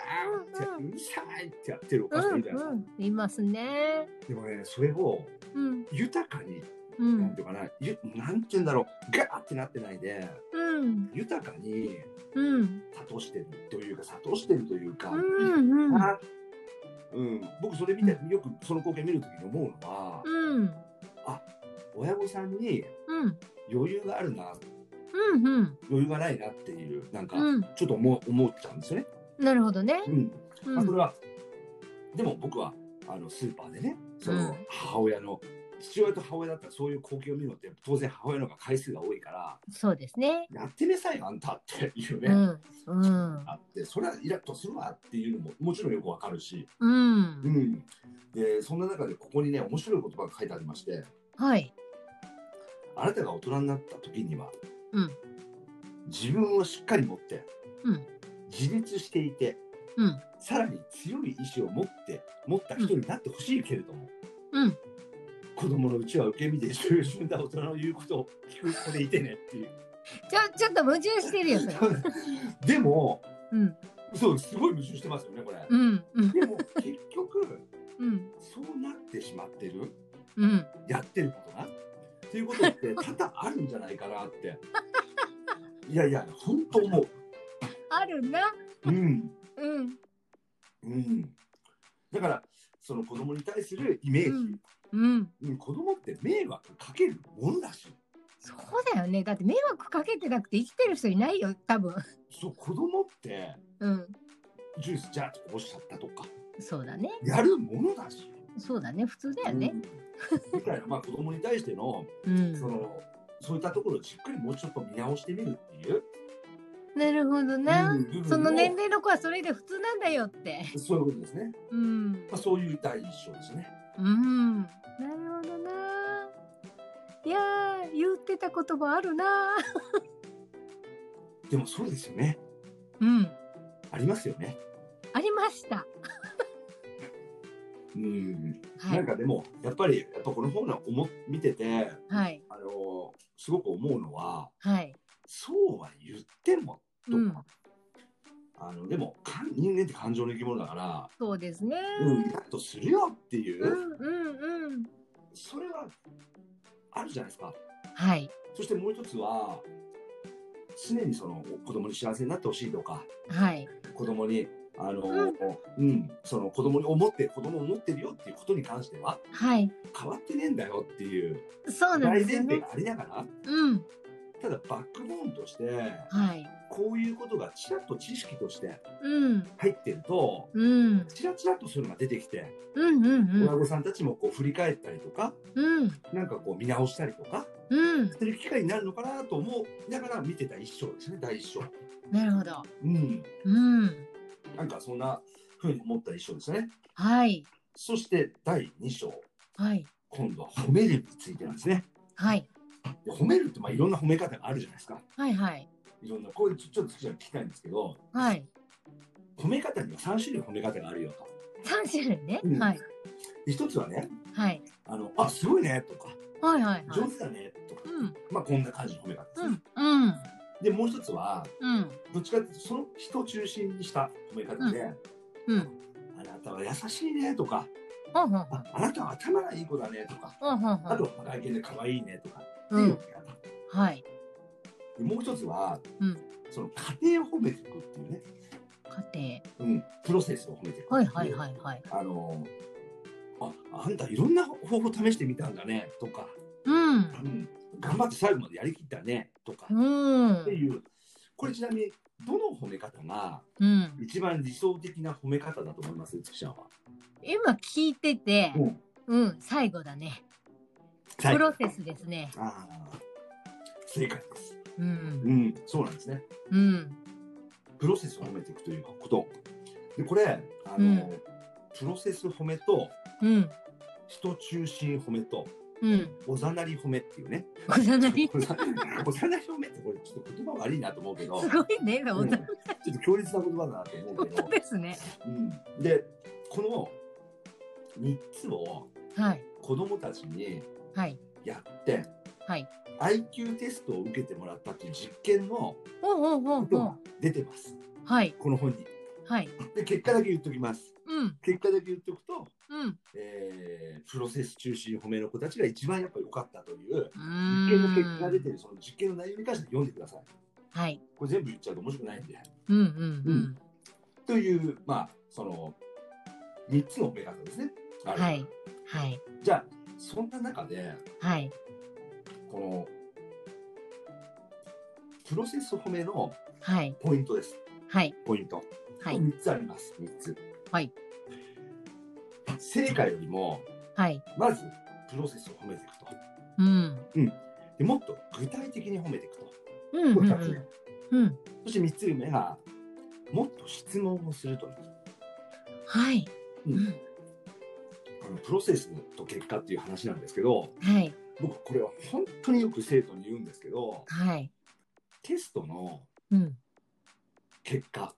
Speaker 2: ー
Speaker 1: う
Speaker 2: うんるさい!」ってやってるお
Speaker 1: う
Speaker 2: 母さんい
Speaker 1: ん
Speaker 2: るじゃないで
Speaker 1: う
Speaker 2: すか
Speaker 1: ん、いますね。
Speaker 2: でもねそれを
Speaker 1: うん
Speaker 2: 豊かに
Speaker 1: う
Speaker 2: なん
Speaker 1: ん
Speaker 2: ていうかなゆなんて言うんだろうガーってなってないで
Speaker 1: うん
Speaker 2: 豊かに
Speaker 1: うん
Speaker 2: 諭してるというか諭してるというか、
Speaker 1: うんうん
Speaker 2: あうん、僕それ見てよくその光景見るときに思うのは、
Speaker 1: うん
Speaker 2: 親御さんに
Speaker 1: うん
Speaker 2: 余裕があるな
Speaker 1: うん
Speaker 2: 余裕がないなっていうなんか
Speaker 1: うん
Speaker 2: ちょっと思う思っちゃうんですよね。
Speaker 1: なるほどね。
Speaker 2: うん
Speaker 1: う
Speaker 2: まあ、そ
Speaker 1: ん
Speaker 2: れはでも僕はあのスーパーでねその
Speaker 1: うん
Speaker 2: 母親の父親と母親だったらそういう光景を見るのって当然母親の方が回数が多いから
Speaker 1: そうですね。
Speaker 2: やってみなさいよあんたっていうね、
Speaker 1: うん。うん。
Speaker 2: あってそれはイラッとするわっていうのももちろんよくわかるし、
Speaker 1: う。
Speaker 2: うんん、でそんな中でここにね面白い言葉が書いてありまして
Speaker 1: はい。
Speaker 2: あなたが大人になった時には、
Speaker 1: うん
Speaker 2: 自分をしっかり持って、
Speaker 1: うん
Speaker 2: 自立していて
Speaker 1: うん。
Speaker 2: さらに強い意志を持って持った人になってほしいけれども、
Speaker 1: うん。
Speaker 2: 子供のうちは受け身で従順な大人の言うことを聞く子でいてねっ ていう。
Speaker 1: ちょ、ちょっと矛盾してるよ、それ。
Speaker 2: でも
Speaker 1: うん。
Speaker 2: そうすごい矛盾してますよねこれ。
Speaker 1: うん。うん。
Speaker 2: でも結局
Speaker 1: うん。
Speaker 2: そうなってしまってる
Speaker 1: うん。
Speaker 2: やってることなっていうことって多々あるんじゃないかなって。いやいや本当思う。
Speaker 1: あるな。
Speaker 2: うん
Speaker 1: うん。
Speaker 2: うん、だからその子供に対するイメージ、
Speaker 1: うんうん。
Speaker 2: うん、子供って迷惑かけるものだし
Speaker 1: そうだよね。だって迷惑かけてなくて生きてる人いないよ、多分。
Speaker 2: そう子供って
Speaker 1: うん。
Speaker 2: ジュースじゃあこぼしちゃったとか
Speaker 1: そうだね。
Speaker 2: やるものだし。
Speaker 1: そうだね。普通だよね。
Speaker 2: うんみたいな、まあ、子供に対しての、
Speaker 1: うん。
Speaker 2: その、そういったところをじっくりもうちょっと見直してみるっていう。
Speaker 1: なるほどな。
Speaker 2: うん部分を
Speaker 1: その年齢の子はそれで普通なんだよって。
Speaker 2: そういうことですね。
Speaker 1: うん
Speaker 2: まあ、。そういう第一章ですね。
Speaker 1: うん。なるほどな。いやー、言ってた言葉あるな。
Speaker 2: でも、そうですよね。
Speaker 1: うん。
Speaker 2: ありますよね。
Speaker 1: ありました。
Speaker 2: うん。
Speaker 1: は
Speaker 2: なん
Speaker 1: い。
Speaker 2: か、でも、やっぱり、やっぱ、この本を思、見てて、
Speaker 1: はい。
Speaker 2: あの、すごく思うのは。
Speaker 1: はい。
Speaker 2: そうは言っても、とか。
Speaker 1: うん
Speaker 2: あの、でも、かん人間って感情の生き物だか
Speaker 1: そうですね。
Speaker 2: ら。うん、イラッとするよっていうう。
Speaker 1: んうんうん。
Speaker 2: それは。あるじゃないですか。
Speaker 1: はい。
Speaker 2: そしてもう一つは常にその子供に幸せになってほしいとか
Speaker 1: はい。
Speaker 2: 子供にあの、
Speaker 1: う
Speaker 2: うんその子供に思って子供を思ってるよっていうことに関しては
Speaker 1: はい。
Speaker 2: 変わってねえんだよっていう
Speaker 1: そう
Speaker 2: 大
Speaker 1: なん
Speaker 2: 前
Speaker 1: ですよ
Speaker 2: 提
Speaker 1: ね。
Speaker 2: がありながら
Speaker 1: うん。
Speaker 2: ただバックボーンとして
Speaker 1: はい。
Speaker 2: こういうことがちらっと知識として
Speaker 1: うん。
Speaker 2: 入ってると
Speaker 1: うん。
Speaker 2: ちらちらっとそういうのが出てきて
Speaker 1: うんうん
Speaker 2: 親
Speaker 1: うん。
Speaker 2: 御さんたちもこう振り返ったりとか
Speaker 1: うん。
Speaker 2: なんかこう見直したりとか
Speaker 1: うん。
Speaker 2: する機会になるのかなと思いながら見てた一章ですね第一章。
Speaker 1: なるほど。
Speaker 2: うん
Speaker 1: うん。
Speaker 2: なんかそんな風に思った一章ですね。
Speaker 1: はい。
Speaker 2: そして第2章、
Speaker 1: はい。
Speaker 2: 今度は褒めるについてなんですね。
Speaker 1: はい。
Speaker 2: で褒めるってまあいろんな褒め方があるじゃないですか。
Speaker 1: はいはい。
Speaker 2: いろんな、これちょちょっと好きじゃん聞きたいんですけど、
Speaker 1: はい。
Speaker 2: 褒め方には3種類褒め方があるよと。
Speaker 1: 三種類ね。
Speaker 2: うん
Speaker 1: はい。
Speaker 2: で一つはね、
Speaker 1: はい。
Speaker 2: あの、あ、すごいねとか、
Speaker 1: はいはいは
Speaker 2: 上
Speaker 1: い。
Speaker 2: 手だねとか、
Speaker 1: うん。
Speaker 2: まあこんな感じの褒め方です
Speaker 1: う
Speaker 2: ね。
Speaker 1: ん。うん。
Speaker 2: で、もう一つは、
Speaker 1: うん。
Speaker 2: どっちかっていうとその人を中心にした褒め方で、
Speaker 1: うん。
Speaker 2: あなたは優しいねとか、
Speaker 1: ほんほんほん。
Speaker 2: ああなたは頭がいい子だねとか、
Speaker 1: ほんほんほ
Speaker 2: あ
Speaker 1: ん。
Speaker 2: とは外見で可愛いねとか、
Speaker 1: う
Speaker 2: いい褒
Speaker 1: ん。
Speaker 2: め方。
Speaker 1: はい。
Speaker 2: でもう一つは、
Speaker 1: うん
Speaker 2: その家庭を褒めていくっていうね、
Speaker 1: 家
Speaker 2: うん、プロセスを褒めていく。
Speaker 1: 庭。はいはいはいはい。
Speaker 2: あのああんたいろんな方法試してみたんだねとか、
Speaker 1: うん。
Speaker 2: うん、頑張って最後までやりきったねとか、
Speaker 1: う
Speaker 2: って
Speaker 1: ん。
Speaker 2: いうこれちなみにどの褒め方が
Speaker 1: うん。
Speaker 2: 一番理想的な褒め方だと思いますつきちゃんは。
Speaker 1: 今聞いてて、
Speaker 2: うん、
Speaker 1: うん、最後だね。
Speaker 2: 最
Speaker 1: プ
Speaker 2: 後
Speaker 1: ロセスですね。
Speaker 2: あー正解です、
Speaker 1: うん。
Speaker 2: うん。そうなんですね。
Speaker 1: うん。
Speaker 2: プロセスを褒めていくということ。でこれあの、
Speaker 1: うん
Speaker 2: プロセス褒めと
Speaker 1: うん。
Speaker 2: 人中心褒めと
Speaker 1: うん。
Speaker 2: おざなり褒めっていうね。
Speaker 1: おざなり。
Speaker 2: おざおざなり褒めってこれちょっと言葉悪いなと思うけど、
Speaker 1: すごいね、
Speaker 2: う
Speaker 1: お
Speaker 2: んち
Speaker 1: ざ
Speaker 2: ょっと強烈な言葉だなと思う
Speaker 1: 本
Speaker 2: け ど
Speaker 1: 当、ですね。
Speaker 2: うん、でこの3つを
Speaker 1: はい。
Speaker 2: 子どもたちに
Speaker 1: はい。
Speaker 2: やって
Speaker 1: はい。
Speaker 2: IQ テストを受けてもらったっていう実験の
Speaker 1: ほうほうほ
Speaker 2: こ
Speaker 1: う
Speaker 2: と
Speaker 1: ほ
Speaker 2: が
Speaker 1: う。
Speaker 2: 出てます
Speaker 1: はい。
Speaker 2: この本に。
Speaker 1: はい。
Speaker 2: で結果だけ言っときます。
Speaker 1: うん。
Speaker 2: 結果だけ言っとくと
Speaker 1: うん。
Speaker 2: えープロセス中心褒めの子たちが一番やっぱり良かったという
Speaker 1: う
Speaker 2: 実験の結果が出
Speaker 1: ん。
Speaker 2: てるその実験の内容に関して読んでください。
Speaker 1: はい。
Speaker 2: これ全部言っちゃうと面白くないんで。
Speaker 1: うんうんうん。
Speaker 2: というまあその3つの褒め方ですね。ある
Speaker 1: はい。はい。
Speaker 2: じゃあそんな中で
Speaker 1: はい。
Speaker 2: このプロセス褒めの
Speaker 1: はい。
Speaker 2: ポイントです。
Speaker 1: はい。
Speaker 2: ポイント。
Speaker 1: はい。
Speaker 2: 3つあります。3つ。
Speaker 1: はい。
Speaker 2: 成果よりも
Speaker 1: はい。
Speaker 2: まずプロセスを褒めていくと
Speaker 1: うん。
Speaker 2: でもっと具体的に褒めていくと
Speaker 1: うん。
Speaker 2: こ
Speaker 1: う
Speaker 2: れ
Speaker 1: ん
Speaker 2: 二つ目
Speaker 1: うん。
Speaker 2: そして3つ目がもっと質問をするという
Speaker 1: はい。
Speaker 2: うん
Speaker 1: うん
Speaker 2: あのプロセスと結果っていう話なんですけど
Speaker 1: はい。
Speaker 2: 僕これは本当によく生徒に言うんですけど
Speaker 1: はい。
Speaker 2: テストの
Speaker 1: うん。
Speaker 2: 結果、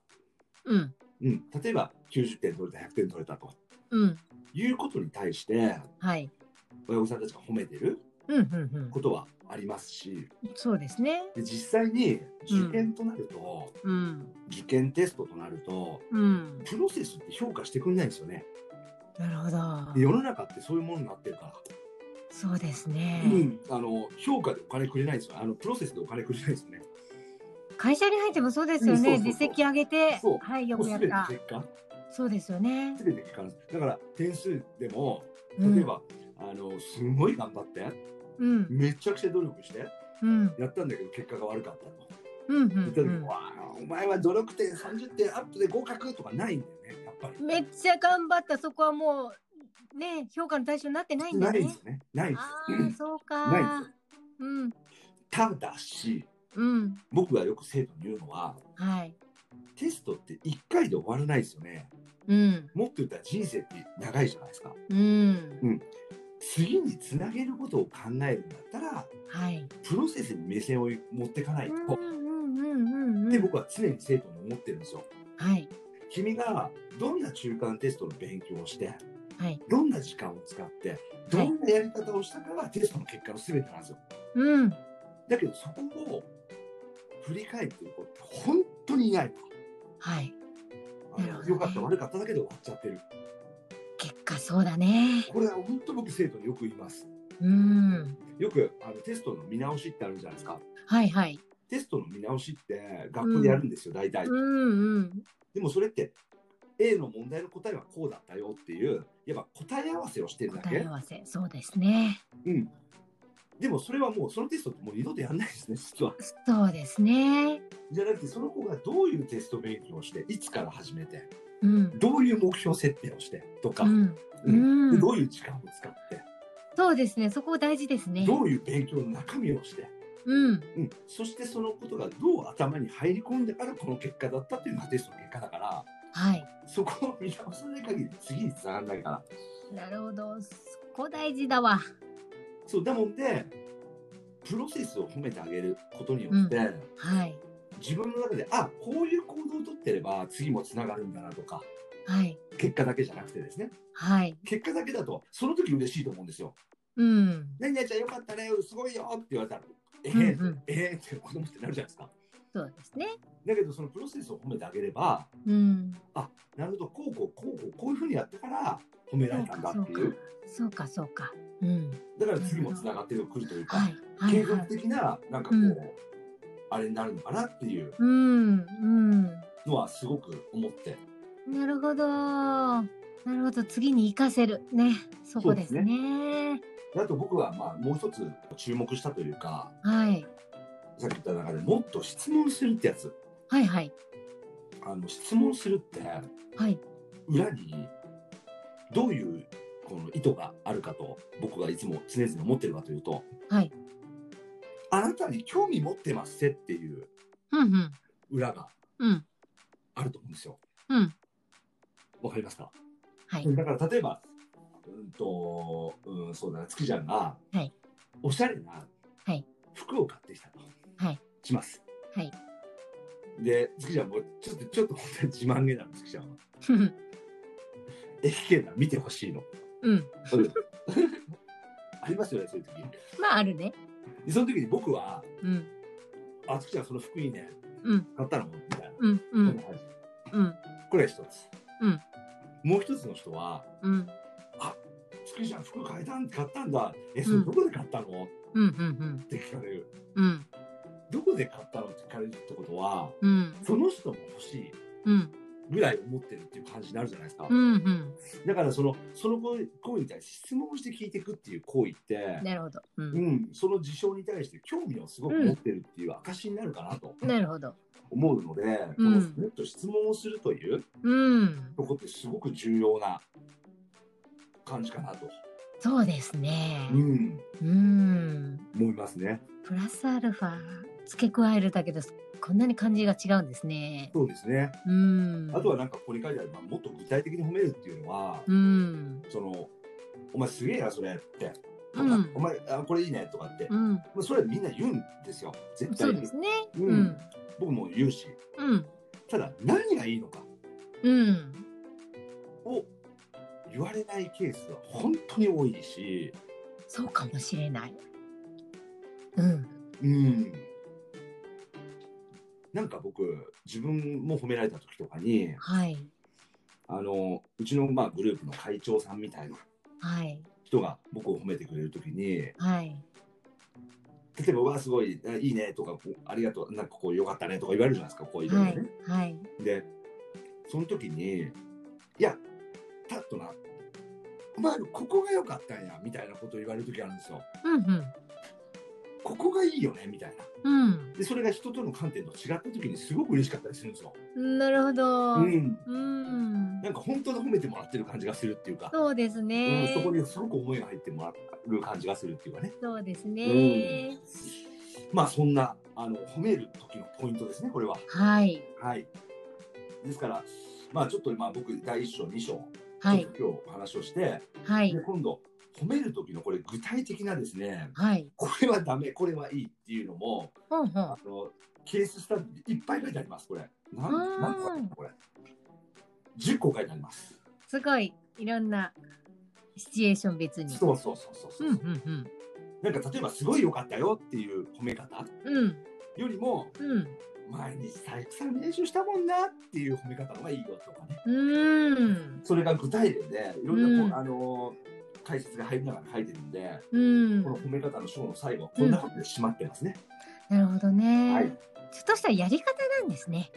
Speaker 1: うん。
Speaker 2: うん、例えば90点取れた100点取れたと
Speaker 1: うん。
Speaker 2: いうことに対して
Speaker 1: はい。
Speaker 2: 親御さんたちが褒めてる
Speaker 1: うん。うん。
Speaker 2: ことはありますし
Speaker 1: うん。そうですね。
Speaker 2: で実際に受験となると、
Speaker 1: うん。
Speaker 2: 受験テストとなると
Speaker 1: うん。
Speaker 2: プロセスって評価してくれないんですよね
Speaker 1: なるほ
Speaker 2: で
Speaker 1: ど。
Speaker 2: 世の中ってそういうものになってるから、
Speaker 1: そうですね。
Speaker 2: うん、あの評価でお金くれないんですよあのプロセスでお金くれないんですよね
Speaker 1: 会社に入ってもそうですよね。
Speaker 2: うんそうそうそう
Speaker 1: 実績上げて
Speaker 2: そう、
Speaker 1: はい、よ
Speaker 2: もう
Speaker 1: くや
Speaker 2: 全
Speaker 1: ってた。
Speaker 2: 結果
Speaker 1: そうですよね。
Speaker 2: 全て結果なんですだから点数でも
Speaker 1: うん
Speaker 2: 例え、ば、あのすごい頑張って
Speaker 1: うん、
Speaker 2: めちゃくちゃ努力して
Speaker 1: うん、
Speaker 2: やったんだけど結果が悪かったと
Speaker 1: うん、うん
Speaker 2: 言った時、
Speaker 1: うん
Speaker 2: わあお前は努力点30点アップで合格とかないんだよねやっぱり。
Speaker 1: めっちゃ頑張った、そこはもう、ね、評価の対象になってないんだ
Speaker 2: ないんで
Speaker 1: ね
Speaker 2: す。よね。ないんで
Speaker 1: あ
Speaker 2: すよ
Speaker 1: あ、そう
Speaker 2: ないん
Speaker 1: か
Speaker 2: です。
Speaker 1: うん、
Speaker 2: ただし
Speaker 1: うん、
Speaker 2: 僕がよく生徒に言うのは
Speaker 1: はい、
Speaker 2: テストって1回で終わらないですよね。
Speaker 1: うん、
Speaker 2: もっと言ったら人生って長いじゃないですか。
Speaker 1: うん、
Speaker 2: 次につなげることを考えるんだったら
Speaker 1: はい。
Speaker 2: プロセスに目線を持っていかない
Speaker 1: うん、
Speaker 2: と。
Speaker 1: うん、うん、うん、う
Speaker 2: で
Speaker 1: ん、
Speaker 2: 僕は常に生徒に思ってるんですよ。
Speaker 1: はい、
Speaker 2: 君がどんな中間テストの勉強をして
Speaker 1: はい、
Speaker 2: どんな時間を使ってどんなやり方をしたかがテストの結果の全てなんですよ。
Speaker 1: うん、
Speaker 2: だけどそこを振り返っている子って本当にいないと。
Speaker 1: はい。
Speaker 2: あ
Speaker 1: なるほど
Speaker 2: の
Speaker 1: ね
Speaker 2: 良かった悪かっただけで終わっちゃってる。
Speaker 1: 結果そうだね。
Speaker 2: これは本当僕生徒によく言います。
Speaker 1: うん、
Speaker 2: よくあのテストの見直しってあるじゃないですか。
Speaker 1: はい、はい。
Speaker 2: テストの見直しって学校でやるんですよ、大体
Speaker 1: う。ん、うん、
Speaker 2: でもそれって A の問題の答えはこうだったよっていうやっぱ答え合わせをしてるだ
Speaker 1: 答え
Speaker 2: け
Speaker 1: 合。わせ、そうですね。
Speaker 2: うん。でもそれはもうそのテストってもう二度とやんないですね実は。
Speaker 1: そうですね。
Speaker 2: じゃなくてその子がどういうテスト勉強をしていつから始めて
Speaker 1: うん。
Speaker 2: どういう目標設定をしてとか、
Speaker 1: うん、
Speaker 2: う
Speaker 1: うん
Speaker 2: でどういう時間を使って、
Speaker 1: そうですね。そこ大事ですね。
Speaker 2: どういう勉強の中身をして、
Speaker 1: うん、
Speaker 2: うん、そしてそのことがどう頭に入り込んだからこの結果だったっていうのがテストの結果だから
Speaker 1: はい。
Speaker 2: そこを見直さない限り次につながらないから
Speaker 1: なるほど。そこ大事だわ。
Speaker 2: そうだもんでプロセスを褒めてあげることによって、
Speaker 1: はい。
Speaker 2: 自分の中であこういう行動をとってれば次もつながるんだなとか
Speaker 1: はい。
Speaker 2: 結果だけじゃなくてですね
Speaker 1: はい。
Speaker 2: 結果だけだとその時嬉しいと思うんですよ。
Speaker 1: うん。
Speaker 2: 何々ちゃんよかったねすごいよって言われたらええ
Speaker 1: うんうん
Speaker 2: ええって子供ってなるじゃないですか。
Speaker 1: そうですね。
Speaker 2: だけどそのプロセスを褒めてあげれば
Speaker 1: うん。
Speaker 2: なるほどこうこうこうこうこういうふうにやったから褒められたんだっていう
Speaker 1: そうか、そうか。うん。
Speaker 2: だから次もつながってくるというか、
Speaker 1: はい。はい。
Speaker 2: 継
Speaker 1: はい
Speaker 2: 続。的ななんかこう、
Speaker 1: うん
Speaker 2: あれになるのかなっていう
Speaker 1: うん。うん。
Speaker 2: のはすごく思って
Speaker 1: なるほど。なるほど。次に活かせる。ね。そこですね。
Speaker 2: あと僕はまあもう一つ注目したというか
Speaker 1: はい。
Speaker 2: さっき言った中でもっと質問するってやつ
Speaker 1: はいはい。
Speaker 2: あの質問するって
Speaker 1: はい。
Speaker 2: 裏にどういうこの意図があるかと僕がいつも常々思ってるかというと
Speaker 1: はい。
Speaker 2: あなたに興味持ってますねっていう
Speaker 1: うんうん。
Speaker 2: 裏が
Speaker 1: うん。
Speaker 2: あると思うんですよ。
Speaker 1: うん。
Speaker 2: わかりますか
Speaker 1: はい。
Speaker 2: だから例えば、うんとうん、そうだな、月ちゃんが、
Speaker 1: はい
Speaker 2: おしゃれな
Speaker 1: はい
Speaker 2: 服を買ってきたと、
Speaker 1: はい
Speaker 2: します。
Speaker 1: はい。
Speaker 2: で、月ちゃんもちょっと、ちょっと本当に自慢げなの、月ちゃんは。FK な見てほしいの。
Speaker 1: うん。
Speaker 2: ありますよね、そういう時
Speaker 1: まあ、あるね。
Speaker 2: で、その時に僕は、
Speaker 1: うん。
Speaker 2: あ、月ちゃん、その服いいね、
Speaker 1: うん
Speaker 2: 買ったのみたいな。
Speaker 1: うん。う
Speaker 2: こん
Speaker 1: ん。
Speaker 2: な感じ
Speaker 1: うん。
Speaker 2: これが一つ。
Speaker 1: うん
Speaker 2: もう一つの人は、
Speaker 1: うん。
Speaker 2: 月ちゃん、服買えたん買ったんだ。え、それどこで買ったの、っ
Speaker 1: うんうん
Speaker 2: て聞かれる。
Speaker 1: うんうん
Speaker 2: どこで買ったのって聞かれるってことは、
Speaker 1: うん
Speaker 2: その人も欲しい
Speaker 1: うん
Speaker 2: ぐらい思ってるっていう感じになるじゃないですか。
Speaker 1: うんうん
Speaker 2: だからその、その行為に対して質問して聞いていくっていう行為って、
Speaker 1: なるほど、う、
Speaker 2: うんん、その事象に対して興味をすごく持ってるっていう証になるかなと
Speaker 1: なるほど
Speaker 2: 思うので、
Speaker 1: うん
Speaker 2: このもっと質問をするという
Speaker 1: うん
Speaker 2: とこってすごく重要な感じかなと。
Speaker 1: そうですね。
Speaker 2: うん、
Speaker 1: うん。
Speaker 2: 思いますね。
Speaker 1: プラスアルファ付け加えるだけです。こんなに感じが違うんですね。
Speaker 2: そうですね。
Speaker 1: うん。
Speaker 2: あとはなんかここに書いてある、まあ、もっと具体的に褒めるっていうのは、
Speaker 1: うん。
Speaker 2: その、お前すげえな、それって。と
Speaker 1: う
Speaker 2: か
Speaker 1: ん
Speaker 2: お前あ、これいいねとかって。
Speaker 1: うん。
Speaker 2: まあ、それはみんな言うんですよ。絶
Speaker 1: そ
Speaker 2: 対
Speaker 1: う
Speaker 2: に
Speaker 1: ですね。
Speaker 2: うん
Speaker 1: うん。
Speaker 2: 僕も言うし。
Speaker 1: うん。
Speaker 2: ただ、何がいいのか
Speaker 1: うん。
Speaker 2: を言われないケースは本当に多いし、
Speaker 1: そうかもしれない。うん。
Speaker 2: うん。なんか僕、自分も褒められた時とかに、
Speaker 1: はい。
Speaker 2: あの、うちのまあグループの会長さんみたいな
Speaker 1: はい。
Speaker 2: 人が僕を褒めてくれる時に、
Speaker 1: はい。
Speaker 2: 例えば、わあ、すごい、あいいねとか、こうありがとう、なんかこう、よかったねとか言われるじゃないですか、こういうの
Speaker 1: は
Speaker 2: ね
Speaker 1: い。。はい。
Speaker 2: で、その時に、いや、パッとな、お前のここが良かったんや、みたいなことを言われる時あるんですよ。
Speaker 1: うん。
Speaker 2: ここがいいよね、みたいな。
Speaker 1: うん。
Speaker 2: で、それが人との観点と違った時にすごく嬉しかったりするんですよ。
Speaker 1: うん。なるほど。
Speaker 2: う
Speaker 1: うん。
Speaker 2: ん。なんか本当に褒めてもらってる感じがするっていうか、
Speaker 1: そうです
Speaker 2: うん、
Speaker 1: ね
Speaker 2: そ。こにすごく思いが入ってもらう感じがするっていうかね。
Speaker 1: そうです
Speaker 2: うん
Speaker 1: ね。。
Speaker 2: まあ、そんな、あの、褒める時のポイントですね、これは。
Speaker 1: はい。
Speaker 2: はい。ですから、まあちょっと今僕第1章、2章、
Speaker 1: はい
Speaker 2: ち。ょっと今日お話をして、
Speaker 1: は
Speaker 2: で
Speaker 1: い。
Speaker 2: 今度褒める時のこれ具体的なですね、
Speaker 1: はい。
Speaker 2: これはダメ、これはいいっていうのも、
Speaker 1: ほんほん
Speaker 2: あ。のケーススタディいっぱい書いてあります、これ。なん
Speaker 1: うん
Speaker 2: なんかこれ。10個書いてあります。
Speaker 1: すごい。いろんな。シチュエーション別に。
Speaker 2: そうそうそうそうそうう、
Speaker 1: ん。うん。
Speaker 2: なんか例えばすごい良かったよっていう褒め方
Speaker 1: うん。うん。
Speaker 2: よりも、
Speaker 1: うん。
Speaker 2: 毎日体育さん練習したもんなっていう褒め方の方がいいよとかね。
Speaker 1: うーん。
Speaker 2: それが具体例でいろんなこう、
Speaker 1: うん
Speaker 2: あのー解説が入りながら書いてるんで、
Speaker 1: うん
Speaker 2: この。褒め方の章の最後はこんなことで締まってますね。
Speaker 1: なるほど
Speaker 2: はい
Speaker 1: ね。ちょっとしたやり方なんですね。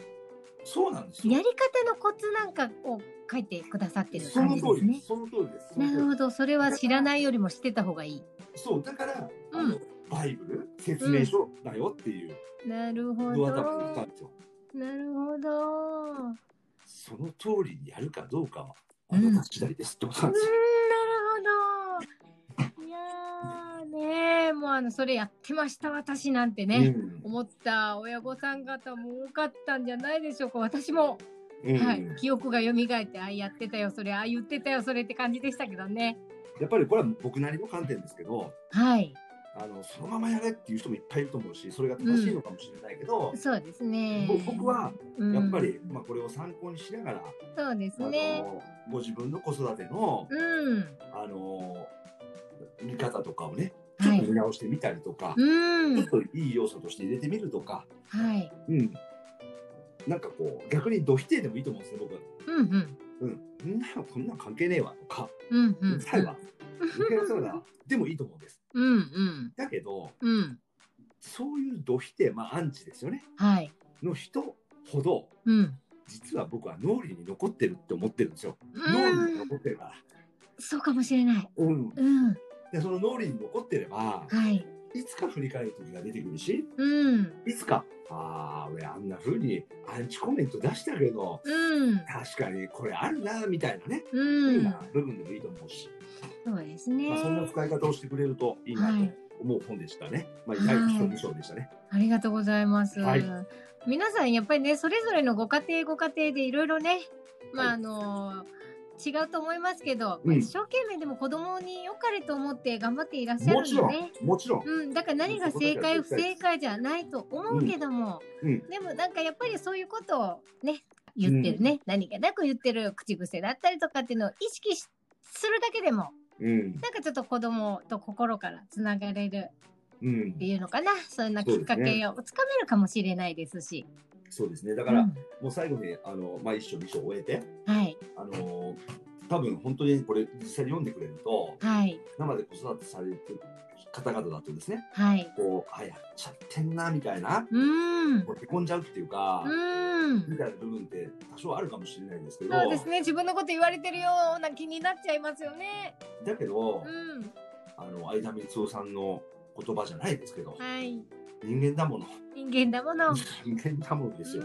Speaker 2: そうなんです
Speaker 1: や
Speaker 2: よ。
Speaker 1: り方のコツなんかを書いてくださってる
Speaker 2: そ
Speaker 1: 感
Speaker 2: の
Speaker 1: じ
Speaker 2: 通
Speaker 1: です
Speaker 2: りで
Speaker 1: ね
Speaker 2: す。。その通りです。その
Speaker 1: な
Speaker 2: 通り
Speaker 1: るほど、それは知らないよりも知ってた方がいい。
Speaker 2: そうだから、
Speaker 1: うん
Speaker 2: あのバイブル説明書だよっていう
Speaker 1: なるほ
Speaker 2: ド
Speaker 1: ど
Speaker 2: ア。玉にったんですよ。
Speaker 1: なるほど。うん、な
Speaker 2: その通りにやるかどうかは
Speaker 1: う
Speaker 2: あ
Speaker 1: ん
Speaker 2: なた次第ですってことなんですよ。
Speaker 1: るほど。いやーねー、もうあのそれやってました私なんて
Speaker 2: う
Speaker 1: ね、
Speaker 2: ん
Speaker 1: 思った親御さん方も多かったんじゃないでしょうか。私も、
Speaker 2: うん
Speaker 1: はい、記憶が蘇って、ああやってたよ、それ、ああ言ってたよ、それって感じでしたけどね。
Speaker 2: やっぱりこれは僕なりの観点ですけど、
Speaker 1: はい、
Speaker 2: あのそのままやれっていう人もいっぱいいると思うし、それが正しいのかもしれないけど、
Speaker 1: そうですね
Speaker 2: ぼ。僕は
Speaker 1: うん
Speaker 2: やっぱり、まあ、これを参考にしながら、
Speaker 1: そうです
Speaker 2: あ
Speaker 1: ね。
Speaker 2: のご自分の子育ての、
Speaker 1: うん。
Speaker 2: あの見方とかをねちょ
Speaker 1: は
Speaker 2: っと
Speaker 1: い。
Speaker 2: 見直してみたりとか、
Speaker 1: う
Speaker 2: ちょ
Speaker 1: ん
Speaker 2: っ。といい要素として入れてみるとか、
Speaker 1: はい。
Speaker 2: うん、なんかこう逆にど否定でもいいと思うんですよ僕は。
Speaker 1: うんうん。
Speaker 2: うん、んなのこんなん関係ねえわとか、
Speaker 1: うんう。
Speaker 2: うんるさいわ、うるさいわでもいいと思うんです。
Speaker 1: うんうん。
Speaker 2: だけど、
Speaker 1: うん。
Speaker 2: そういうど否定、まあ、アンチですよね、
Speaker 1: はい。
Speaker 2: の人ほど、
Speaker 1: うん。
Speaker 2: 実は僕は脳裏に残ってるって思ってるんですよ。脳裏に
Speaker 1: うん。
Speaker 2: 残ってるから。
Speaker 1: そうかもしれない。
Speaker 2: うん、
Speaker 1: うん。
Speaker 2: でその脳裏に残ってれば
Speaker 1: はい。
Speaker 2: いつか振り返る時が出てくるし
Speaker 1: うん。
Speaker 2: いつか「ああ俺あんな風にアンチコメント出したけど
Speaker 1: うん。
Speaker 2: 確かにこれあるな」みたいなね、
Speaker 1: う
Speaker 2: 風
Speaker 1: ん
Speaker 2: な。部分でもいいと思うし、
Speaker 1: そうですね
Speaker 2: まあ、。そんな使い方をしてくれるといいな
Speaker 1: は
Speaker 2: と
Speaker 1: い
Speaker 2: 思う本でしたね。まあ、
Speaker 1: はい
Speaker 2: 第一章二章でしたね。
Speaker 1: ありがとうございます。
Speaker 2: はい
Speaker 1: 皆さんやっぱりねそれぞれのご家庭ご家庭でいろいろねまあ
Speaker 2: はい
Speaker 1: あの違うと思いますけど、
Speaker 2: うん
Speaker 1: まあ一生懸命でも子供に良かれと思って頑張っていらっしゃ
Speaker 2: も
Speaker 1: る
Speaker 2: ち
Speaker 1: の
Speaker 2: ろ
Speaker 1: でね
Speaker 2: ん。もちろん、
Speaker 1: うん、だから何が正解不正解じゃないと思うけども、
Speaker 2: うんうん
Speaker 1: でもなんかやっぱりそういうことをね言ってるね、何気なく言ってる口癖だったりとかっていうのを意識しするだけでも
Speaker 2: うん
Speaker 1: なんかちょっと子供と心からつながれる
Speaker 2: うん
Speaker 1: って、いうのかなそんなきっかけをつかめるかもしれないですし。
Speaker 2: そうですねだ
Speaker 1: う
Speaker 2: から、
Speaker 1: ん
Speaker 2: もう最後にあの、まあ、一章二章終えて、
Speaker 1: はい
Speaker 2: あのー多分本当にこれ実際に読んでくれると
Speaker 1: はい
Speaker 2: 生で子育てされてる方々だとですね
Speaker 1: はい。
Speaker 2: こう、あ、やっちゃってんな、みたいな、
Speaker 1: うーん
Speaker 2: こうへこんじゃうっていうか
Speaker 1: う、ー
Speaker 2: み
Speaker 1: ん
Speaker 2: たいな部分って多少あるかもしれないんですけど、
Speaker 1: そうですね自分のこと言われてるような気になっちゃいますよね。
Speaker 2: だけど、
Speaker 1: うん
Speaker 2: あの、相田光夫さんの言葉じゃないですけど、
Speaker 1: はい
Speaker 2: 人間だもの、
Speaker 1: 人間だもの。
Speaker 2: 人間だものですよ。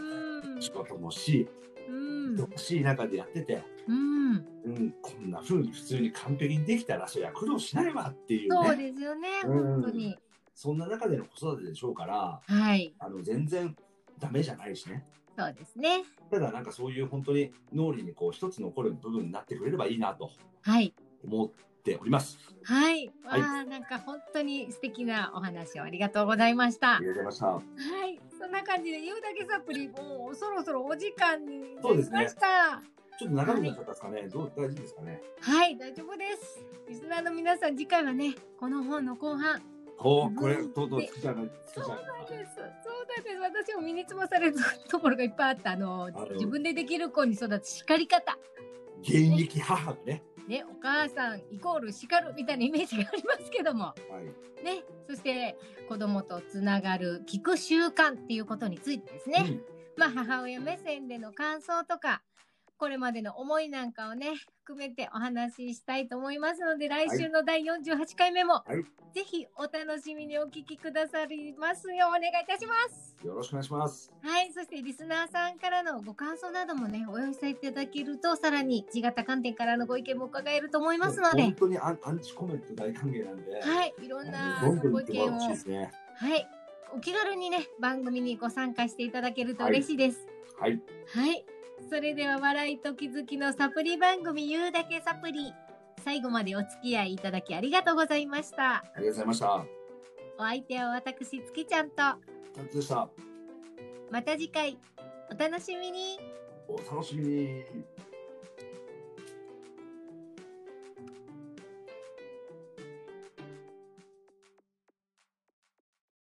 Speaker 1: うん
Speaker 2: 仕事もし、
Speaker 1: うんうん
Speaker 2: ってほしい中でやってて、
Speaker 1: うん、
Speaker 2: うん、こんな風に普通に完璧にできたらそりゃ苦労しないわっていう
Speaker 1: そう
Speaker 2: ね
Speaker 1: ですよね、
Speaker 2: うん
Speaker 1: 本当に。
Speaker 2: そんな中での子育てでしょうから
Speaker 1: はい、
Speaker 2: あの全然ダメじゃないしね
Speaker 1: そうですね。
Speaker 2: ただなんかそういう本当に脳裏にこう一つ残る部分になってくれればいいなと
Speaker 1: はい、
Speaker 2: 思っております。
Speaker 1: はい、わ
Speaker 2: はい
Speaker 1: あ、なんか本当に素敵なお話をありがとうございました。
Speaker 2: ありがとうございまし
Speaker 1: はい、そんな感じで、言うだけサプリ、もうそろそろお時間にな
Speaker 2: そうで
Speaker 1: り
Speaker 2: すね
Speaker 1: ました。
Speaker 2: た。ちょっと長くなっちゃったですかね。どう大丈夫ですかね。
Speaker 1: はい、大丈夫です。リスナーの皆さん、次回はね、この本の後半。
Speaker 2: こ
Speaker 1: う
Speaker 2: う、
Speaker 1: こ
Speaker 2: こ
Speaker 1: れ
Speaker 2: れ、
Speaker 1: と
Speaker 2: と
Speaker 1: うと
Speaker 2: うと
Speaker 1: う
Speaker 2: う
Speaker 1: 尽
Speaker 2: 尽きちゃう、尽きち
Speaker 1: そ
Speaker 2: ゃ
Speaker 1: うなんです。そうなんです。私も身につまされるところがいっぱいあった。あの
Speaker 2: あ、る
Speaker 1: 自分でできる子に育つ叱り方。
Speaker 2: 現役母のね。
Speaker 1: ね、お母さんイコール叱るみたいなイメージがありますけども。
Speaker 2: はい。
Speaker 1: ね、そして子供とつながる聞く習慣っていうことについてですね、まあ母親目線での感想とかこれまでの思いなんかをね含めてお話ししたいと思いますので来週の第48回目も、
Speaker 2: い
Speaker 1: ぜひお楽しみにお聞きくださりますようお願いいたします。
Speaker 2: うん。よろしくお願いします。
Speaker 1: はい、そしてリスナーさんからのご感想などもねお寄せいただけるとさらに地型観点からのご意見も伺えると思いますので、
Speaker 2: 本当にアンアンチコメント大歓迎なんで。
Speaker 1: はい、いろんな
Speaker 2: あ
Speaker 1: あ
Speaker 2: の
Speaker 1: の
Speaker 2: どんど
Speaker 1: ご
Speaker 2: ん
Speaker 1: 意
Speaker 2: 言っ
Speaker 1: 見
Speaker 2: てほしい
Speaker 1: を
Speaker 2: ですね。
Speaker 1: はい。お気軽にね、番組にご参加していただけると嬉しいです。
Speaker 2: はい。
Speaker 1: はい。それでは、笑いと気づきのサプリ番組、言うだけサプリ。最後までお付き合いいただきありがとうございました。
Speaker 2: ありがとうございました。
Speaker 1: お相手は私、月ちゃんと、
Speaker 2: タツでした。
Speaker 1: また次回、お楽しみに。
Speaker 2: お楽しみに。